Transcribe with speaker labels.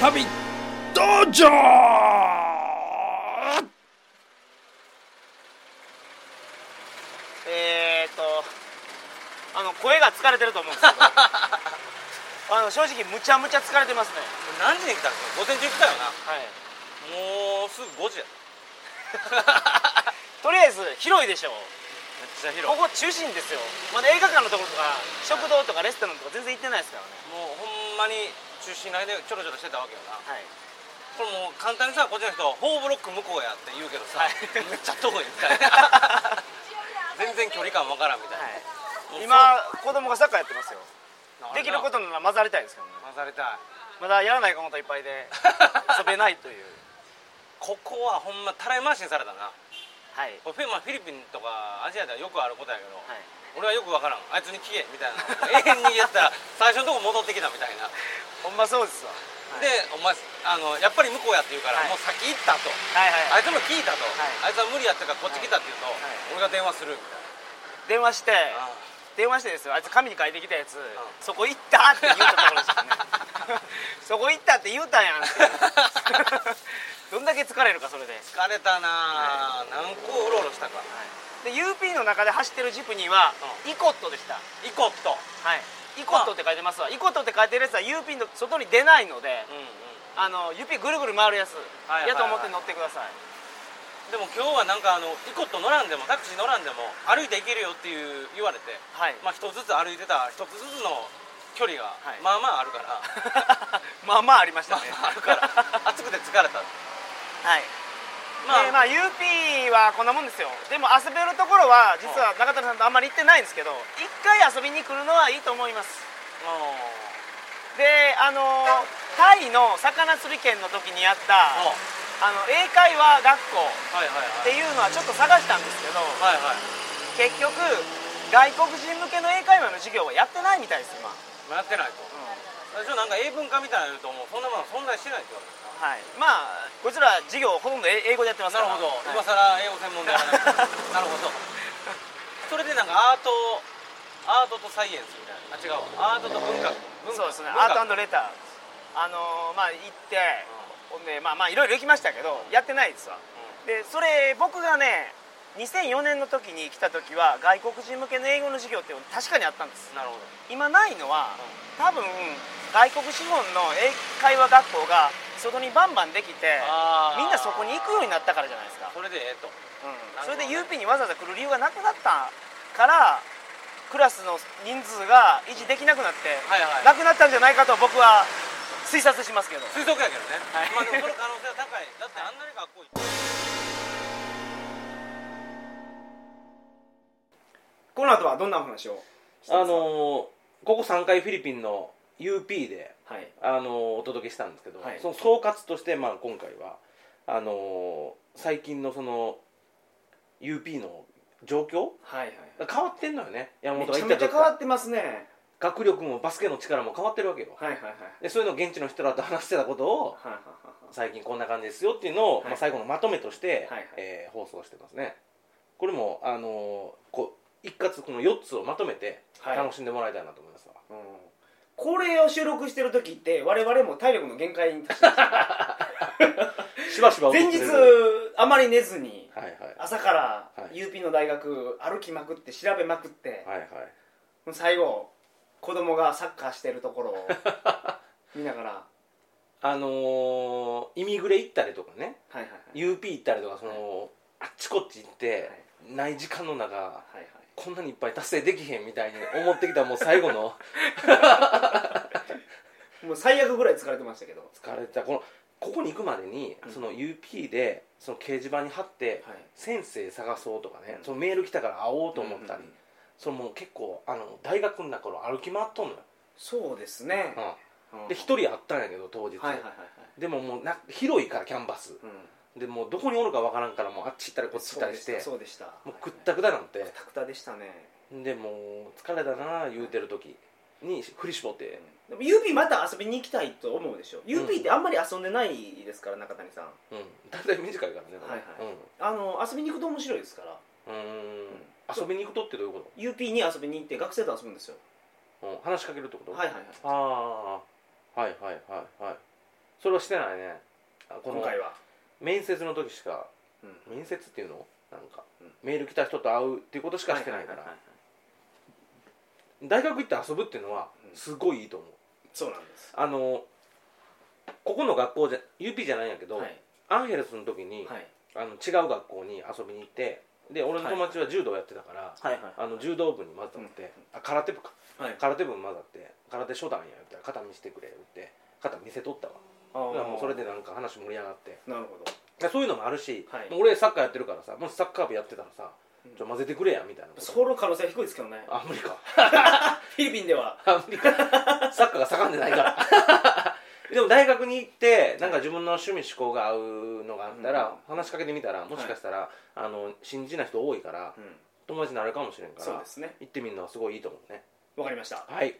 Speaker 1: 旅道場
Speaker 2: えー、っとあの声が疲れてると思うんです けどあの正直むちゃむちゃ疲れてますね
Speaker 3: 何時に来たんですか午前中来たよな
Speaker 2: はい
Speaker 3: もうすぐ5時や
Speaker 2: とりあえず広いでしょ
Speaker 3: めっちゃ広い
Speaker 2: ここ中心ですよまだ映画館のところとか食堂とかレストランとか全然行ってないですからね
Speaker 3: もうほんまに中心内でちょろちょろしてたわけよな
Speaker 2: はい
Speaker 3: これもう簡単にさこっちの人は「ホーブロック向こうや」って言うけどさ、
Speaker 2: はい
Speaker 3: めっちゃ遠いみたいな 全然距離感わからんみたいな、
Speaker 2: はい、今
Speaker 3: も
Speaker 2: 子供がサッカーやってますよ
Speaker 3: うそう
Speaker 2: できることなら混ざりたいですけどね
Speaker 3: 混ざりたい
Speaker 2: まだやらないこといっぱいで遊べないという
Speaker 3: ここはほんまたらい回しにされたな
Speaker 2: はい、
Speaker 3: これフィ,、まあ、フィリピンとかアジアではよくあることやけど、
Speaker 2: はい、
Speaker 3: 俺はよくわからんあいつに聞けみたいな永遠にやったら最初のとこ戻ってきたみたいな
Speaker 2: ほんまそうですわ
Speaker 3: でお前あのやっぱり向こうやって言うから、
Speaker 2: はい
Speaker 3: もう先行ったと
Speaker 2: はい
Speaker 3: あ
Speaker 2: はい
Speaker 3: いつも聞いたと、
Speaker 2: は
Speaker 3: あいつは無理やったからこっち来たって言うと、俺が電話するみたい
Speaker 2: 電話して
Speaker 3: な、
Speaker 2: 電話してですよあいつ紙に書いてきたやつ、
Speaker 3: ん
Speaker 2: そこ行ったって言ったところですよね そこ行ったって言うたんや んってどんだけ疲れるかそれで
Speaker 3: 疲れたな、あ。何個うろうろしたか
Speaker 2: で UP の中で走ってるジプニーは、イコットでした
Speaker 3: イコット
Speaker 2: はいイコットって書いてますわ、イコットって書いてるやつは UP の外に出ないので、
Speaker 3: うんうん
Speaker 2: あの指ぐるぐる回るやつ、
Speaker 3: はいはいはい
Speaker 2: やと思って乗ってください
Speaker 3: でも今日はなんかあのイコット乗らんでもタクシー乗らんでも歩いて行けるよっていう言われて
Speaker 2: はい、
Speaker 3: まあ一つずつ歩いてたら一つずつの距離が
Speaker 2: はい
Speaker 3: まあまあある から、
Speaker 2: まあまあありました
Speaker 3: まあまああ
Speaker 2: ね
Speaker 3: るから 暑くて疲れた
Speaker 2: はい
Speaker 3: まあ、
Speaker 2: でまあ UP はこんなもんですよでも遊べるところは実は中谷さんとあんまり行ってないんですけど一回遊びに来るのはいいと思います
Speaker 3: も
Speaker 2: であのタイの魚釣り券の時にやった
Speaker 3: う
Speaker 2: あの英会話学校
Speaker 3: はいはい
Speaker 2: っ
Speaker 3: は
Speaker 2: て
Speaker 3: い
Speaker 2: いうのはちょっと探したんですけど
Speaker 3: はいはい
Speaker 2: 結局外国人向けの英会話の授業はやってないみたいです今、
Speaker 3: まあやってないと最初なんか英文化みたいなの言うともうそんなもの存在してないって言われて
Speaker 2: はいまあこちら授業ほとんど英語でやってます
Speaker 3: な
Speaker 2: か
Speaker 3: る
Speaker 2: ら
Speaker 3: ほど、
Speaker 2: はい
Speaker 3: 今更英語専門でやらないなるほ どそれでなんかアートアートとサイエンスみたいなあ違うわアートと文学文学
Speaker 2: そうですね
Speaker 3: 文
Speaker 2: ア
Speaker 3: 学
Speaker 2: ートレターあのーまあ行ってほんでまあまあいろいろ行きましたけどやってないですわでそれ僕がね2004年の時に来た時は外国人向けの英語の授業っていうの確かにあったんです
Speaker 3: うんなるほど
Speaker 2: 今ないのは多分外国資本の英会話学校が外にバンバンできて
Speaker 3: あー
Speaker 2: みんなそこに行くようになったからじゃないですか、
Speaker 3: それでえっと
Speaker 2: うん、
Speaker 3: な
Speaker 2: そ
Speaker 3: るほど
Speaker 2: れで
Speaker 3: ね
Speaker 2: UP にわざわざ来る理由がなくなったからクラスの人数が維持できなくなって、
Speaker 3: はいはい
Speaker 2: なくなったんじゃないかと僕は推察しますけど
Speaker 3: 推測やけどね、
Speaker 2: はい
Speaker 3: まあでもその可能性は高いだってあんなに学校行って
Speaker 2: この後はどんなお話を
Speaker 3: あのここ3回フィリピンの UP で
Speaker 2: はい
Speaker 3: あのお届けしたんですけど、
Speaker 2: はい
Speaker 3: その総括として、まあ、今回はあの最近のその UP の状況
Speaker 2: はい
Speaker 3: 変わってんのよね山
Speaker 2: はい
Speaker 3: 本
Speaker 2: め
Speaker 3: が
Speaker 2: ち
Speaker 3: 言った
Speaker 2: ゃめ
Speaker 3: 時
Speaker 2: ちゃ変わってますね
Speaker 3: 学力もバスケの力も変わってるわけよ、
Speaker 2: はいはいはい
Speaker 3: でそういうのを現地の人らと話してたことを
Speaker 2: はいはい
Speaker 3: 最近こんな感じですよっていうのを、
Speaker 2: はい
Speaker 3: まあ、最後のまとめとして、
Speaker 2: はいはい
Speaker 3: えー放送してますねこれも、あのーこう一括この4つをまとめて
Speaker 2: はい
Speaker 3: 楽しんでもらいたいなと思いますわ、
Speaker 2: うんこれを収録してる時って我々も体力の限界に達してます
Speaker 3: しばし ば
Speaker 2: 前日
Speaker 3: 訪れる
Speaker 2: あまり寝ずに
Speaker 3: はいはい
Speaker 2: 朝から
Speaker 3: はい
Speaker 2: UP の大学歩きまくって調べまくって
Speaker 3: はいはい
Speaker 2: 最後子供がサッカーしてるところ を見ながら
Speaker 3: あのーイミグレ行ったりとかね
Speaker 2: はいはいはい
Speaker 3: UP 行ったりとかその、あっちこっち行って
Speaker 2: は、
Speaker 3: ない時間の中
Speaker 2: はいはい
Speaker 3: こんなにいっぱい達成できへんみたいに思ってきたもう最後 の
Speaker 2: もう最悪ぐらい疲れてましたけど、
Speaker 3: 疲れてたこのここに行くまでに、
Speaker 2: うん
Speaker 3: その UP でその掲示板に貼って、
Speaker 2: はい、
Speaker 3: 先生探そうとかね、
Speaker 2: うん
Speaker 3: そのメール来たから会おうと思ったり、
Speaker 2: うんうん
Speaker 3: そのもう結構あの大学の中を歩き回っとんのよ、
Speaker 2: そうですね、うん
Speaker 3: で一人会ったんやけど当日、
Speaker 2: はいはいはいはい、
Speaker 3: でももうな広いからキャンバス
Speaker 2: うん、
Speaker 3: でもうどこにおるかわからんからもうあっち行ったりこっち行ったりして
Speaker 2: そうでした
Speaker 3: もうくったくだなんて、
Speaker 2: くたくたでしたね
Speaker 3: でもう疲れたなあ言うてる時に振り絞って、
Speaker 2: でも UP また遊びに行きたいと思うでしょ、
Speaker 3: ん
Speaker 2: UP ってあんまり遊んでないですから中谷さん
Speaker 3: うん、だいたい短いからねこれ
Speaker 2: はいはあの遊びに行くと面白いですから
Speaker 3: うんうーん遊びに行くとってどういうこ
Speaker 2: UP に遊びに行って学生と遊ぶんですよ
Speaker 3: と、うん、話しかけるってこと
Speaker 2: はいはいはい
Speaker 3: ああはいはいはいはいそれはしてないねあこの
Speaker 2: 今回は
Speaker 3: 面接の時しか、
Speaker 2: う
Speaker 3: 面接っていうのなんか、
Speaker 2: うん
Speaker 3: メール来た人と会うっていうことしかしてないから、
Speaker 2: はははは
Speaker 3: 大学行って遊ぶっていうのは
Speaker 2: うん
Speaker 3: すごいいいと思う、
Speaker 2: そうなんです
Speaker 3: あのここの学校じゃ UP じゃないんやけど、
Speaker 2: はい
Speaker 3: アンヘルスの時に、
Speaker 2: はい
Speaker 3: あの違う学校に遊びに行ってで俺の友達は柔道やってたから、
Speaker 2: はいはい
Speaker 3: あの柔道部に混ざって、あ空手部か
Speaker 2: はい
Speaker 3: 空手部に混ざって空手初段や言ったら肩見せてくれ言って肩見せとったわ
Speaker 2: あ
Speaker 3: だからもうそれ
Speaker 2: で
Speaker 3: でなんか話盛り上がって
Speaker 2: なるほど
Speaker 3: でそういうのもあるし、
Speaker 2: はい
Speaker 3: もう俺サッカーやってるからさもしサッカー部やってたらさちょ混ぜてくれやみたいなこと
Speaker 2: その可能性は低いですけどね
Speaker 3: あ無理か
Speaker 2: フィリピンでは
Speaker 3: あ無理かサッカーが盛んでないから でも大学に行ってなんか自分の趣味嗜好が合うのがあったら、話しかけてみたらもしかしたら、あの新人な人多いから、
Speaker 2: うん
Speaker 3: 友達になるかもしれんから
Speaker 2: そうですね
Speaker 3: 行ってみるのはすごいいいと思うね
Speaker 2: わかりました
Speaker 3: はい